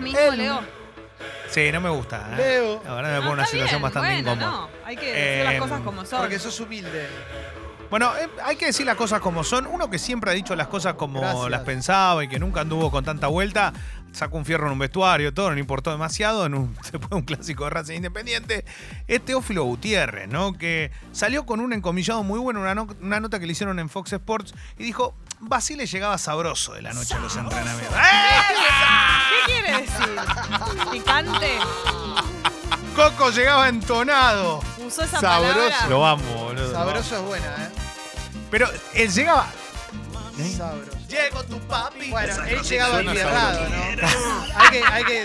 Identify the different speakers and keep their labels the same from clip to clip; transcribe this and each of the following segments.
Speaker 1: Leo, Leo.
Speaker 2: Sí, no me gusta. ¿eh?
Speaker 3: Leo.
Speaker 2: La verdad me pone
Speaker 1: No,
Speaker 2: una
Speaker 1: está
Speaker 2: situación
Speaker 1: bien,
Speaker 2: bastante
Speaker 1: bueno,
Speaker 2: incómoda.
Speaker 1: No, hay que decir
Speaker 2: Eh,
Speaker 1: las cosas como son.
Speaker 3: Porque sos humilde.
Speaker 2: Bueno, eh, hay que decir las cosas como son. Uno que siempre ha dicho las cosas como
Speaker 3: Gracias.
Speaker 2: las pensaba y que nunca anduvo con tanta vuelta, sacó un fierro en un vestuario, todo, no le importó demasiado, en un, se fue a un clásico de Racing Independiente. Es Teófilo Gutiérrez, ¿no? Que salió con un encomillado muy bueno, una, no- una nota que le hicieron en Fox Sports y dijo, Basile llegaba sabroso de la noche a los entrenamientos.
Speaker 1: ¿Qué quiere decir? Picante.
Speaker 2: ¡Eh! Coco llegaba entonado.
Speaker 1: Usó esa
Speaker 3: Sabroso.
Speaker 1: palabra.
Speaker 2: Lo amo, boludo. lo amo.
Speaker 3: Sabroso es buena, ¿eh?
Speaker 2: Pero él llegaba...
Speaker 3: Sabroso.
Speaker 2: Llego tu papi.
Speaker 3: Bueno, él llegaba
Speaker 4: Suena
Speaker 3: emperrado, ¿no? hay que, hay que,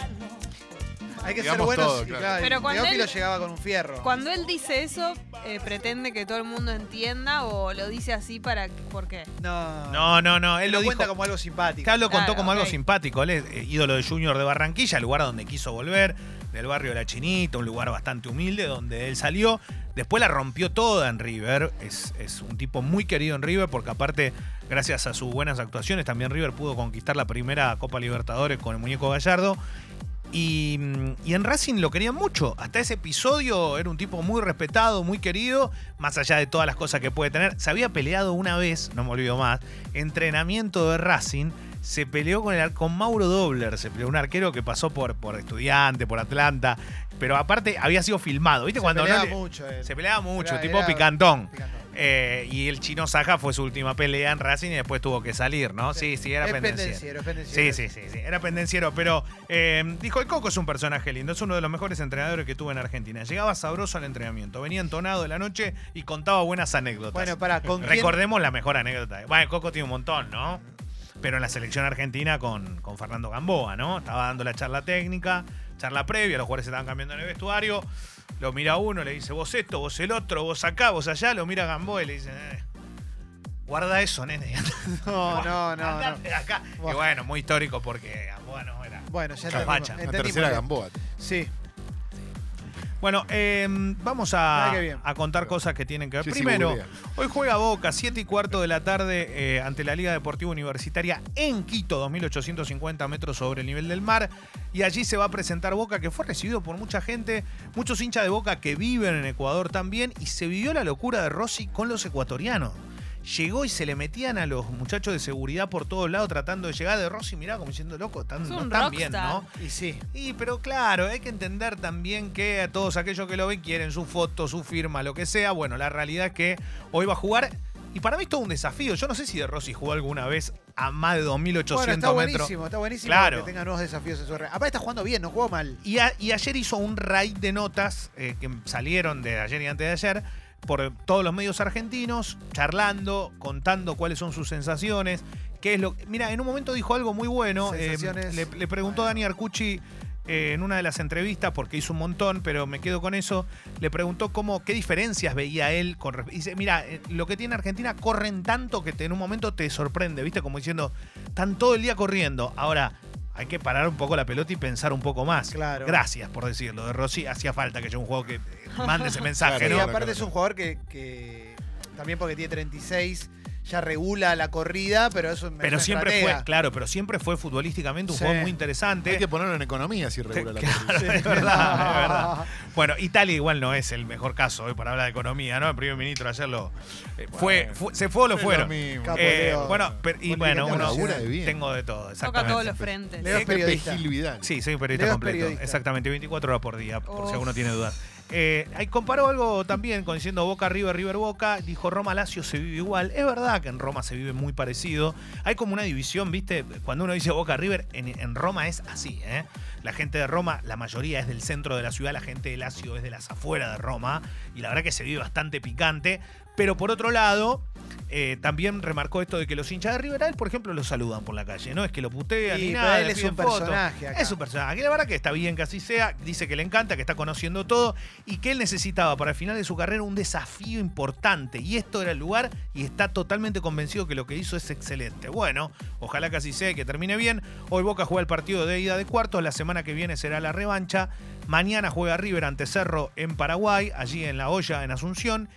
Speaker 3: hay que ser
Speaker 4: Digamos
Speaker 3: buenos.
Speaker 4: todo,
Speaker 3: y
Speaker 4: claro.
Speaker 3: claro,
Speaker 1: Pero cuando
Speaker 3: Teófilo
Speaker 1: él-
Speaker 3: llegaba con un fierro.
Speaker 1: Cuando él dice eso, eh, pretende que todo el mundo entienda o lo dice así para ¿por qué?
Speaker 3: No,
Speaker 2: No, no, no. Él
Speaker 3: Él
Speaker 2: lo
Speaker 3: lo
Speaker 2: dijo
Speaker 3: cuenta como algo simpático.
Speaker 2: Carlos lo
Speaker 1: Claro,
Speaker 2: contó como
Speaker 1: ok.
Speaker 2: algo simpático. Él es eh, ídolo de Junior de Barranquilla, el lugar a donde quiso volver, del barrio de La Chinita, un lugar bastante humilde donde él salió. Después la rompió toda en River. Es, es un tipo muy querido en River porque aparte, gracias a sus buenas actuaciones, también River pudo conquistar la primera Copa Libertadores con el muñeco Gallardo. Y, mm, y en Racing lo querían mucho. Hasta ese episodio era un tipo muy respetado, muy querido, más allá de todas las cosas que puede tener. Se había peleado una vez, no me olvido más, entrenamiento de Racing. Se peleó con, el, ar- con Mauro Dobler, se peleó un arquero que pasó por, por estudiante, por Atlanta, pero aparte había sido filmado, ¿viste?
Speaker 3: Se
Speaker 2: Cuando no
Speaker 3: peleaba
Speaker 2: le-
Speaker 3: mucho él.
Speaker 2: se peleaba mucho,
Speaker 3: Era-
Speaker 2: tipo
Speaker 3: era-
Speaker 2: picantón.
Speaker 3: Picantón.
Speaker 2: Eh, y el chino Saja fue su última pelea en Racing y después tuvo que salir, ¿no? Sí, sí, era
Speaker 3: es
Speaker 2: pendenciero.
Speaker 3: pendenciero. es
Speaker 2: Sí,
Speaker 3: pendenciero.
Speaker 2: sí, sí, sí, era pendenciero, pero eh, dijo, el Coco es un personaje lindo, es uno de los mejores entrenadores que tuve en Argentina. Llegaba sabroso al entrenamiento, venía entonado de la noche y contaba buenas anécdotas.
Speaker 3: Bueno, pará, ¿con quién?
Speaker 2: Recordemos la mejor anécdota. Bueno, el Coco tiene un montón, ¿no? Pero en la selección argentina con, con Fernando Gamboa, ¿no? Estaba dando la charla técnica, charla previa, los jugadores se estaban cambiando en el vestuario. Lo mira uno, le dice, vos esto, vos el otro, vos acá, vos allá. Lo mira Gamboa y le dice, "Eh, guarda eso, nene.
Speaker 3: No, no, no, no.
Speaker 2: Andate de acá.
Speaker 3: Buah.
Speaker 2: Y bueno, muy histórico porque Gamboa no era.
Speaker 3: Bueno, ya entendimos.
Speaker 2: Chapacha. Una
Speaker 4: La
Speaker 3: entendimos.
Speaker 4: tercera Gamboa.
Speaker 3: Sí.
Speaker 2: Bueno, eh, vamos
Speaker 3: Ah,
Speaker 2: a,
Speaker 3: qué bien.
Speaker 2: a contar cosas que tienen que ver.
Speaker 4: Sí, sí,
Speaker 2: Primero,
Speaker 4: googleé.
Speaker 2: hoy juega Boca, 7 y cuarto de la tarde, eh, ante la Liga Deportiva Universitaria en Quito, 2.850 metros sobre el nivel del mar. Y allí se va a presentar Boca, que fue recibido por mucha gente, muchos hinchas de Boca que viven en Ecuador también. Y se vivió la locura de Rossi con los ecuatorianos. Llegó y se le metían a los muchachos de seguridad por todos lados tratando de llegar de Rossi, mirá, como diciendo, loco, tan,
Speaker 1: Es
Speaker 2: no
Speaker 1: un
Speaker 2: están bien,
Speaker 1: rockstar.
Speaker 2: ¿no?
Speaker 3: Y sí.
Speaker 2: Y pero claro, hay que entender también que a todos aquellos que lo ven quieren su foto, su firma, lo que sea. Bueno, la realidad es que hoy va a jugar. Y para mí es todo un desafío. Yo no sé si De Rossi jugó alguna vez a más de 2.800
Speaker 3: Bueno, está
Speaker 2: metros.
Speaker 3: buenísimo, está buenísimo
Speaker 2: Claro.
Speaker 3: que tenga nuevos desafíos en su carrera. Aparte está jugando bien, no jugó mal.
Speaker 2: Y, a- y ayer hizo un raid de notas eh, que salieron de ayer y antes de ayer por todos los medios argentinos, charlando, contando cuáles son sus sensaciones. Qué es lo Mira, en un momento dijo algo muy bueno. eh,
Speaker 3: Sensaciones.
Speaker 2: le, le preguntó Dani Arcucci eh, en una de las entrevistas, porque hizo un montón, pero me quedo con eso. Le preguntó cómo, qué diferencias veía él con resp- y Dice, mira, eh, lo que tiene Argentina corren tanto que te- en un momento te sorprende, ¿viste? Como diciendo, están todo el día corriendo. Ahora, hay que parar un poco la pelota y pensar un poco más.
Speaker 3: Claro.
Speaker 2: Gracias por decirlo. De Rossi hacía falta que yo un juego que eh, mande ese
Speaker 3: Sí,
Speaker 2: mensaje,
Speaker 4: Claro,
Speaker 3: y
Speaker 2: ¿no?
Speaker 3: aparte
Speaker 4: claro,
Speaker 3: es un
Speaker 4: claro.
Speaker 3: jugador que, que también porque tiene 36 ya regula la corrida, pero es un es
Speaker 2: Pero
Speaker 3: un
Speaker 2: siempre fue,
Speaker 3: estratega.
Speaker 2: claro, pero siempre fue futbolísticamente un
Speaker 3: Sí.
Speaker 2: juego muy interesante.
Speaker 4: Hay que ponerlo en economía si regula la corrida.
Speaker 2: Claro, es verdad, es verdad. Bueno, Italia igual no es el mejor caso hoy para hablar de economía, ¿no? El primer ministro ayer lo. eh, fue,
Speaker 4: Bueno.
Speaker 2: fue- se fue o lo
Speaker 4: Es
Speaker 2: fueron.
Speaker 4: mismo.
Speaker 3: Capo,
Speaker 2: Eh,
Speaker 3: Leo.
Speaker 2: bueno, pero- y
Speaker 3: Política
Speaker 2: bueno, uno.
Speaker 3: internacional.
Speaker 4: Labura de bien.
Speaker 2: Tengo de todo,
Speaker 1: Toca
Speaker 2: exactamente. pues.
Speaker 1: todos los frentes.
Speaker 3: Leo es
Speaker 4: Pepe
Speaker 3: periodista.
Speaker 4: Gil Vidal.
Speaker 2: Sí, soy un periodista
Speaker 3: Leo es
Speaker 2: completo.
Speaker 3: periodista.
Speaker 2: Exactamente, 24 horas por día, por si
Speaker 1: Uf.
Speaker 2: alguno tiene dudas. Eh, ahí comparó algo también con diciendo Boca River, River Boca. Dijo Roma Lazio se vive igual. Es verdad que en Roma se vive muy parecido. Hay como una división, ¿viste? Cuando uno dice Boca River, en, en Roma es así, ¿eh? La gente de Roma, la mayoría es del centro de la ciudad, la gente de Lazio es de las afueras de Roma. Y la verdad que se vive bastante picante. Pero por otro lado, eh, también remarcó esto de que los hinchas de River, a él, por ejl, lo saludan por la calle, no es que lo putean
Speaker 3: Sí,
Speaker 2: ni
Speaker 3: pero
Speaker 2: nada.
Speaker 3: él
Speaker 2: le
Speaker 3: es
Speaker 2: piden
Speaker 3: un
Speaker 2: fotos.
Speaker 3: personaje acá.
Speaker 2: Es un personaje. La verdad que está bien que así sea. Dice que le encanta, que está conociendo todo y que él necesitaba para el final de su carrera un desafío importante. Y esto era el lugar y está totalmente convencido que lo que hizo es excelente. Bueno, ojalá que así sea y que termine bien. Hoy Boca juega el partido de ida de cuartos. La semana que viene será la revancha. Mañana juega River ante Cerro en Paraguay, allí en La Hoya, en Asunción.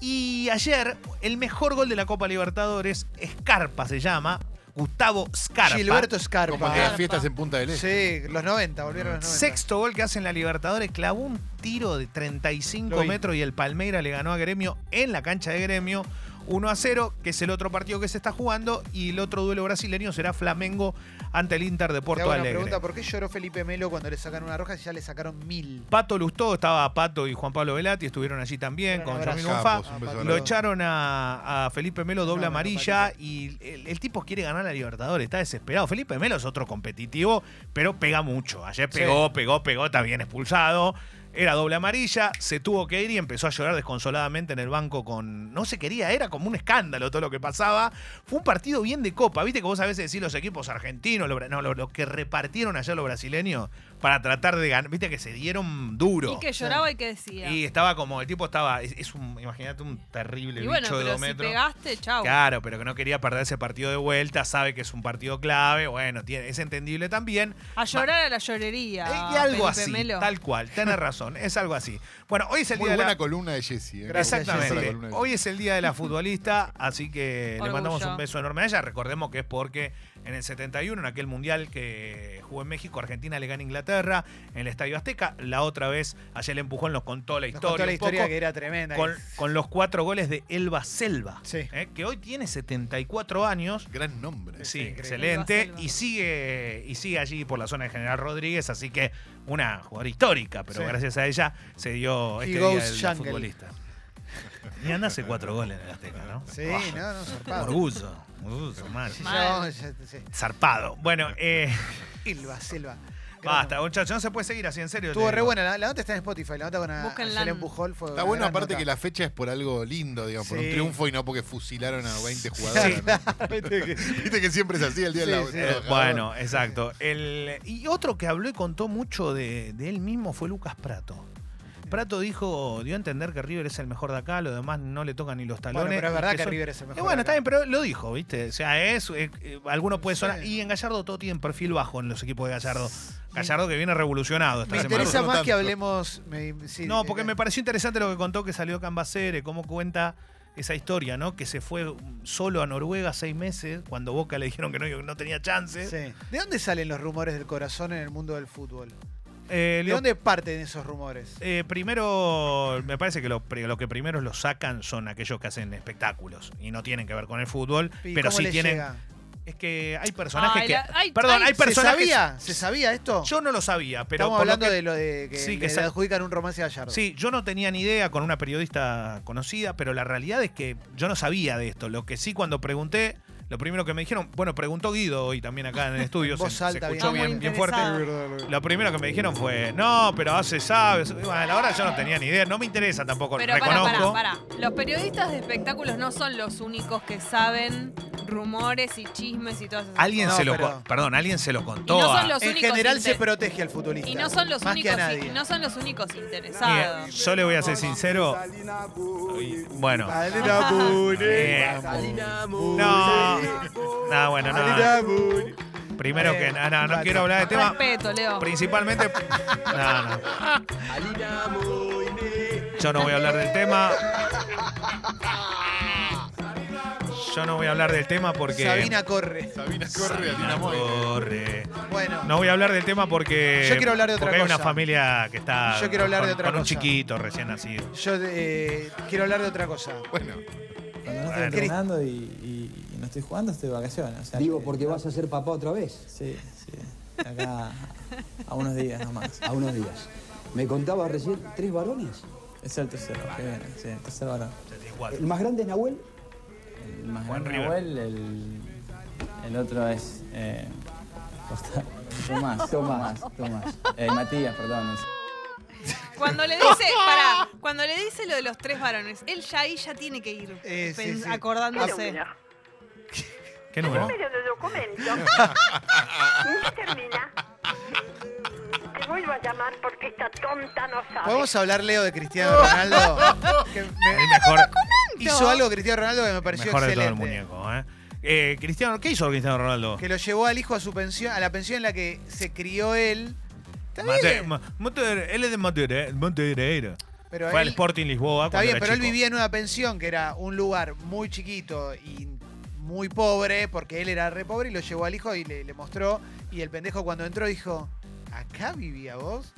Speaker 2: Y ayer, el mejor gol de la Copa Libertadores, Escarpa se llama, Gustavo Scarpa.
Speaker 3: Gilberto
Speaker 4: Como que las
Speaker 3: Scarpa.
Speaker 4: fiestas en Punta del Este.
Speaker 3: Sí, los 90, volvieron los 90.
Speaker 2: Sexto gol que hace en la Libertadores, clavó un tiro de 35
Speaker 3: Lo vi.
Speaker 2: metros y el Palmeira le ganó a Gremio en la cancha de Gremio 1 a 0, que es el otro partido que se está jugando y el otro duelo brasileño será Flamengo ante el Inter de
Speaker 3: Te
Speaker 2: Porto
Speaker 3: hago una
Speaker 2: Alegre.
Speaker 3: pregunta, ¿por qué lloró Felipe Melo cuando le sacaron una roja si ya le sacaron mil?
Speaker 2: Pato Lustó, estaba Pato y Juan Pablo Velati, estuvieron allí también
Speaker 3: Gran
Speaker 2: con
Speaker 3: abrazo.
Speaker 2: Yamil
Speaker 4: Capos,
Speaker 2: Bonfá.
Speaker 4: un beso
Speaker 3: Ah,
Speaker 4: enorme.
Speaker 2: Lo echaron a, a Felipe Melo doble
Speaker 3: No, no, no,
Speaker 2: amarilla y el, el tipo quiere ganar la Libertadores, está desesperado. Felipe Melo es otro competitivo, pero pega mucho. Ayer
Speaker 3: Sí.
Speaker 2: pegó, pegó, pegó, está bien expulsado. Era doble amarilla, se tuvo que ir y empezó a llorar desconsoladamente en el banco con... No se quería, era como un escándalo todo lo que pasaba. Fue un partido bien de copa, viste que vos a veces decís los equipos argentinos, lo, bra- no, lo, lo que repartieron ayer los brasileños para tratar de ganar, viste que se dieron duro.
Speaker 1: Y que lloraba y que decía.
Speaker 2: Y
Speaker 1: Y,
Speaker 2: estaba como, el tipo estaba, es, es un, imagínate un terrible bicho
Speaker 1: bueno,
Speaker 2: de
Speaker 1: pero si
Speaker 2: dos metros.
Speaker 1: pegaste, chau.
Speaker 2: Claro, pero que no quería perder ese partido de vuelta, sabe que es un partido clave, bueno, tiene, es entendible también.
Speaker 1: A llorar a la
Speaker 2: Eh,
Speaker 1: llorería.
Speaker 2: y algo
Speaker 1: Felipe
Speaker 2: así,
Speaker 1: Melo.
Speaker 2: tal cual, tenés razón, es algo así. Bueno, hoy es el
Speaker 4: Muy
Speaker 2: día
Speaker 4: buena
Speaker 2: de la...
Speaker 4: columna de Jessy. ¿eh?
Speaker 3: Gracias,
Speaker 4: Muy
Speaker 2: Exactamente.
Speaker 4: buena columna de
Speaker 2: Hoy es el día de la futbolista, así que le
Speaker 1: Orgullo.
Speaker 2: mandamos un beso enorme a ella. Recordemos que es porque en el 71, en aquel mundial que jugó en México, Argentina le gana a Inglaterra en el Estadio Azteca. La otra vez, ayer el empujón nos contó la
Speaker 3: Nos
Speaker 2: historia.
Speaker 3: contó la
Speaker 2: un
Speaker 3: historia
Speaker 2: poco
Speaker 3: que era tremenda.
Speaker 2: con,
Speaker 3: que-
Speaker 2: con los cuatro goles de Elba Selva,
Speaker 3: Sí.
Speaker 2: ¿eh? que hoy tiene 74 años.
Speaker 4: Jessy. Gran nombre.
Speaker 2: Sí,
Speaker 3: increíble.
Speaker 2: excelente.
Speaker 1: Elba Selva.
Speaker 2: Y sigue, y sigue allí por la zona de General Rodríguez, así que una jugadora histórica, pero
Speaker 3: Sí.
Speaker 2: gracias a ella se dio
Speaker 3: He
Speaker 2: este día
Speaker 3: goes
Speaker 2: del
Speaker 3: jungle.
Speaker 2: futbolista. Y anda hace cuatro goles en el Azteca, ¿no?
Speaker 3: Sí, no, no, zarpado.
Speaker 2: Orgullo, orgullo, mal.
Speaker 3: Sí, ya
Speaker 1: Mal.
Speaker 3: vamos, ya- sí.
Speaker 2: Zarpado. Bueno, eh,
Speaker 3: Silva, Silva. Gran
Speaker 2: basta,
Speaker 3: nombre.
Speaker 2: muchachos, no se puede seguir así, en serio.
Speaker 3: Estuvo
Speaker 2: te
Speaker 3: re
Speaker 2: digo.
Speaker 3: buena, la, la nota está en Spotify, la nota con a-
Speaker 1: Búsquenla.
Speaker 3: Anselm Pujol fue
Speaker 4: Está
Speaker 3: una
Speaker 4: bueno,
Speaker 3: gran
Speaker 4: aparte
Speaker 3: nota.
Speaker 4: que la fecha es por algo lindo, digamos, por
Speaker 3: Sí.
Speaker 4: un triunfo y no porque fusilaron a 20 jugadores. ¿no? Viste que siempre es así el día
Speaker 3: Sí,
Speaker 4: de la
Speaker 3: sí.
Speaker 2: Eh, bueno, exacto. El, y otro que habló y contó mucho de, de él mismo fue Lucas Prato. Prato dijo, dio a entender que River es el mejor de acá, los demás no le tocan ni los talones.
Speaker 3: Bueno, pero es
Speaker 2: y
Speaker 3: verdad que
Speaker 2: son-
Speaker 3: River es el mejor.
Speaker 2: Eh, bueno,
Speaker 3: de
Speaker 2: está
Speaker 3: acá.
Speaker 2: bien, pero lo dijo, ¿viste? O sea, es, eh, eh, alguno puede
Speaker 3: Sí.
Speaker 2: sonar. Y en Gallardo todo tiene perfil bajo en los equipos de Gallardo. Gallardo que viene revolucionado esta
Speaker 3: Me
Speaker 2: semana.
Speaker 3: interesa
Speaker 4: no
Speaker 3: más
Speaker 4: tanto.
Speaker 3: que hablemos. me- sí,
Speaker 2: No,
Speaker 3: eh,
Speaker 2: porque me pareció interesante lo que contó que salió Cambacere, cómo cuenta esa historia, ¿no? Que se fue solo a Noruega seis meses cuando Boca le dijeron que no, no tenía chances.
Speaker 3: sí. ¿De dónde salen los rumores del corazón en el mundo del fútbol?
Speaker 2: Eh,
Speaker 3: ¿De
Speaker 2: lo-
Speaker 3: dónde parten esos rumores?
Speaker 2: eh, primero, me parece que lo, pri- lo que primero lo sacan son aquellos que hacen espectáculos y no tienen que ver con el fútbol,
Speaker 3: ¿Y
Speaker 2: pero
Speaker 3: cómo
Speaker 2: sí
Speaker 3: les
Speaker 2: tienen.
Speaker 3: llega?
Speaker 2: Es que hay personajes
Speaker 1: Ay,
Speaker 2: que.
Speaker 1: la- ay,
Speaker 2: perdón,
Speaker 1: ay.
Speaker 2: hay
Speaker 3: ¿Se
Speaker 2: personajes.
Speaker 3: sabía? ¿Se sabía esto?
Speaker 2: Yo no lo sabía, pero.
Speaker 3: Estamos
Speaker 2: por lo
Speaker 3: hablando
Speaker 2: que-
Speaker 3: de lo de que,
Speaker 2: Sí, que
Speaker 3: le
Speaker 2: sa-
Speaker 3: adjudican un romance a Gallardo.
Speaker 2: Sí, yo no tenía ni idea con una periodista conocida, pero la realidad es que yo no sabía de esto. Lo que sí cuando pregunté, lo primero que me dijeron, bueno, preguntó Guido hoy también acá en el estudio,
Speaker 3: Voz
Speaker 2: se,
Speaker 3: alta,
Speaker 2: se
Speaker 3: bien.
Speaker 2: escuchó
Speaker 1: Ah, muy
Speaker 2: bien, bien fuerte.
Speaker 1: interesada.
Speaker 2: Lo primero que me dijeron fue, no, pero hace sabes. Bueno, a la hora yo no tenía ni idea, no me interesa tampoco,
Speaker 1: Pero para,
Speaker 2: reconozco.
Speaker 1: para, para. Los periodistas de espectáculos no son los únicos que saben rumores y chismes y todas esas
Speaker 2: Alguien
Speaker 3: No,
Speaker 2: se lo
Speaker 3: pero-
Speaker 2: con- perdón, alguien se lo contó.
Speaker 1: Y no
Speaker 2: a-
Speaker 1: son los
Speaker 3: En
Speaker 1: únicos
Speaker 3: general se
Speaker 1: inte-
Speaker 3: protege al futbolista.
Speaker 1: Y no son los
Speaker 3: más
Speaker 1: únicos,
Speaker 3: que a nadie.
Speaker 1: y
Speaker 2: Ah,
Speaker 1: no son los únicos
Speaker 2: Mire,
Speaker 1: interesados.
Speaker 2: yo le voy a ser sincero. y- Bueno.
Speaker 3: Salina
Speaker 2: Eh, no. No, bueno, no. Primero que nada, no, no quiero hablar de tema.
Speaker 1: Respeto, Leo.
Speaker 2: Principalmente. No, no. Yo no voy a hablar del tema. Yo no voy a hablar del tema porque.
Speaker 3: Sabina corre.
Speaker 4: Sabina corre,
Speaker 2: Sabina
Speaker 4: Sabina Moy.
Speaker 2: corre.
Speaker 3: Bueno,
Speaker 2: No voy a hablar del tema porque.
Speaker 3: Yo quiero hablar de otra
Speaker 2: porque Hay una
Speaker 3: cosa.
Speaker 2: familia que está.
Speaker 3: Yo quiero hablar
Speaker 2: con,
Speaker 3: de otra
Speaker 2: con un
Speaker 3: cosa.
Speaker 2: chiquito recién nacido.
Speaker 3: yo eh, quiero hablar de otra cosa.
Speaker 4: Bueno,
Speaker 5: Cuando no
Speaker 2: Bueno.
Speaker 5: estoy entrenando y, y- y no estoy jugando, estoy de vacaciones. O sea,
Speaker 6: Digo,
Speaker 5: que-
Speaker 6: porque vas a ser papá otra vez,
Speaker 5: Sí, sí. Acá a unos días nomás.
Speaker 6: a unos días. Me contabas recién, ¿tres varones?
Speaker 5: Es el tercero, que viene, sí, el tercer varón.
Speaker 2: 74.
Speaker 6: ¿El más grande es Nahuel?
Speaker 5: El más
Speaker 2: Juan
Speaker 5: grande
Speaker 2: River.
Speaker 5: Nahuel, el, el otro es. Eh, Costa- Tomás, Tomás, Tomás. Eh, Matías, perdón.
Speaker 1: Cuando le dice, pará, cuando le dice lo de los tres varones, él ya ahí ya tiene que ir
Speaker 3: Eh, sí,
Speaker 1: pen-
Speaker 3: sí.
Speaker 1: acordándose.
Speaker 7: Numero.
Speaker 2: ¿Qué número?
Speaker 7: Numero del documento. ¿Dónde termina? Mm, Te vuelvo a llamar porque esta tonta no sabe.
Speaker 3: ¿Podemos hablar, Leo, de Cristiano Ronaldo? Que me-
Speaker 2: El mejor.
Speaker 3: hizo algo Cristiano Ronaldo que me pareció
Speaker 2: mejor de todo el
Speaker 3: excelente.
Speaker 2: muñeco, ¿eh? Eh, Cristiano, ¿qué hizo Cristiano Ronaldo?
Speaker 3: que lo llevó al hijo a su pensión, a la pensión en la que se crió él. Está
Speaker 2: Mate-
Speaker 3: bien,
Speaker 2: Ma- Monte- él es de Montevideo. Montevideo.
Speaker 3: pero
Speaker 2: Fue al
Speaker 3: él-
Speaker 2: Sporting Lisboa.
Speaker 3: está
Speaker 2: cuando
Speaker 3: bien,
Speaker 2: era
Speaker 3: pero él
Speaker 2: chico.
Speaker 3: vivía en una pensión que era un lugar muy chiquito y muy pobre, porque él era re pobre, y lo llevó al hijo y le, le mostró. Y el pendejo cuando entró dijo, ¿acá vivía vos?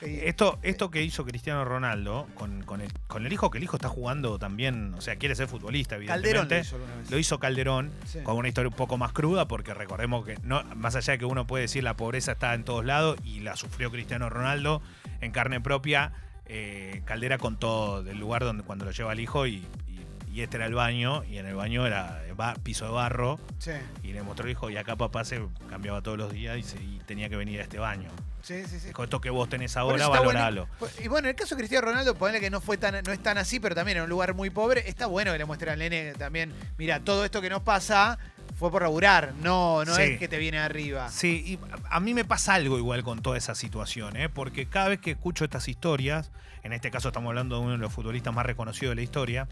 Speaker 3: Eh, Y-
Speaker 2: Esto, esto que hizo Cristiano Ronaldo con, con el, con el hijo, que el hijo está jugando también, o sea, quiere ser futbolista, evidentemente.
Speaker 3: Calderón lo hizo alguna vez.
Speaker 2: Lo hizo Calderón
Speaker 3: Sí.
Speaker 2: con una historia un poco más cruda, porque recordemos que no, más allá de que uno puede decir la pobreza está en todos lados y la sufrió Cristiano Ronaldo en carne propia, eh, Caldera contó del lugar donde cuando lo lleva el hijo y, y- y este era el baño y en el baño era de ba- piso de barro
Speaker 3: Sí,
Speaker 2: y le mostró el hijo y acá papá se cambiaba todos los días y, se- y tenía que venir a este baño.
Speaker 3: sí, sí. sí.
Speaker 2: Dijo, esto que vos tenés
Speaker 3: Por
Speaker 2: ahora,
Speaker 3: eso está bueno.
Speaker 2: valoralo.
Speaker 3: Y bueno, en el caso de Cristiano Ronaldo, ponele que no fue tan, no es tan así, pero también en un lugar muy pobre, está bueno que le muestre al nene también, mira, todo esto que nos pasa fue por laburar, no, no
Speaker 2: Sí.
Speaker 3: es que te viene arriba.
Speaker 2: Sí, y a a mí me pasa algo igual con toda esa situación, ¿eh? porque cada vez que escucho estas historias, en este caso estamos hablando de uno de los futbolistas más reconocidos de la historia,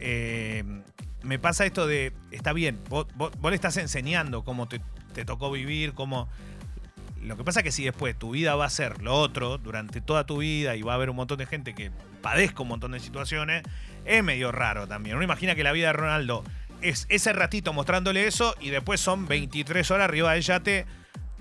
Speaker 2: eh, me pasa esto de, está bien, vos, vos- vos le estás enseñando cómo te, te tocó vivir, cómo... Lo que pasa es que si después tu vida va a ser lo otro durante toda tu vida y va a haber un montón de gente que padezca un montón de situaciones, es medio raro también. Uno imagina que la vida de Ronaldo es ese ratito mostrándole eso y después son 23 horas arriba del yate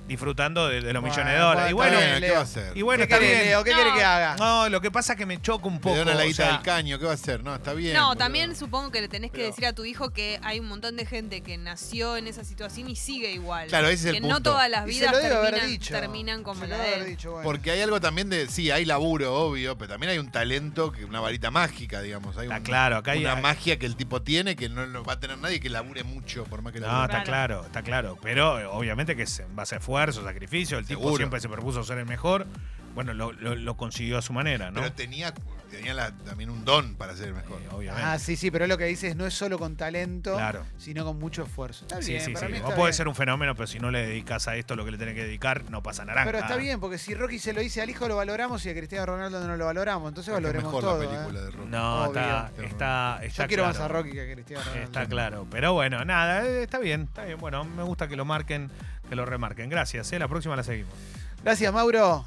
Speaker 2: disfrutando de, de los millones de dólares. Y
Speaker 3: bueno,
Speaker 2: bueno,
Speaker 4: Está bien, ¿qué
Speaker 3: Leo.
Speaker 4: va a hacer?
Speaker 2: y bueno
Speaker 3: ¿Qué
Speaker 2: está
Speaker 3: querés,
Speaker 2: bien.
Speaker 3: Leo? ¿Qué
Speaker 1: No.
Speaker 3: quiere que haga?
Speaker 2: No, lo que pasa es que me choca un poco.
Speaker 4: Le dieron la
Speaker 2: o
Speaker 4: guita
Speaker 2: sea,
Speaker 4: del caño, ¿qué va a hacer? No, está bien.
Speaker 1: No,
Speaker 4: boludo.
Speaker 1: también supongo que le tenés que
Speaker 4: Pero-
Speaker 1: decir a tu hijo que hay un montón de gente que nació en esa situación y sigue igual.
Speaker 4: Claro, ese es el
Speaker 1: que no
Speaker 4: punto.
Speaker 1: todas las
Speaker 3: Y se
Speaker 1: vidas
Speaker 3: lo debe haber
Speaker 1: terminan,
Speaker 3: dicho.
Speaker 1: terminan como
Speaker 3: Se
Speaker 1: la
Speaker 3: lo debe
Speaker 1: de
Speaker 3: haber
Speaker 1: él.
Speaker 3: dicho, bueno.
Speaker 4: Porque hay algo también de, sí, hay laburo, obvio, pero también hay un talento, que una varita mágica, digamos. Hay
Speaker 2: Está
Speaker 4: un-
Speaker 2: claro, acá hay-
Speaker 4: una
Speaker 2: hay-
Speaker 4: magia que el tipo tiene que no lo va a tener nadie que labure mucho, por más que labure.
Speaker 2: No, está
Speaker 1: Claro.
Speaker 2: claro, está claro. Pero eh, obviamente que es en base a esfuerzo, sacrificio. El tipo
Speaker 4: Seguro.
Speaker 2: siempre se propuso ser el mejor. Bueno, lo, lo- lo consiguió a su manera, ¿no?
Speaker 4: Pero tenía, tenía la- también un don para ser el mejor.
Speaker 2: Eh, obviamente.
Speaker 3: Ah, sí, sí, pero lo que dices no es solo con talento,
Speaker 2: Claro.
Speaker 3: sino con mucho esfuerzo. Está
Speaker 2: sí,
Speaker 3: bien,
Speaker 2: sí,
Speaker 3: para
Speaker 2: sí.
Speaker 3: mí
Speaker 2: Vos
Speaker 3: está
Speaker 2: podés
Speaker 3: bien.
Speaker 2: ser un fenómeno, pero si no le dedicas a esto lo que le tenés que dedicar, no pasa naranja.
Speaker 3: Pero está bien, porque si Rocky se lo dice al hijo lo valoramos y a Cristiano Ronaldo no lo valoramos, entonces
Speaker 4: Es
Speaker 3: valoremos
Speaker 4: mejor
Speaker 3: todo.
Speaker 4: la película
Speaker 3: ¿eh?
Speaker 4: de Rocky.
Speaker 2: No,
Speaker 3: Obvio.
Speaker 2: está, está,
Speaker 3: Yo
Speaker 2: está
Speaker 3: quiero más a
Speaker 2: claro.
Speaker 3: Rocky que a Cristiano Ronaldo.
Speaker 2: Está claro, pero bueno, nada, eh, está bien, está bien. Bueno, me gusta que lo marquen, que lo remarquen. Gracias, eh, la próxima la seguimos.
Speaker 3: Gracias, Mauro.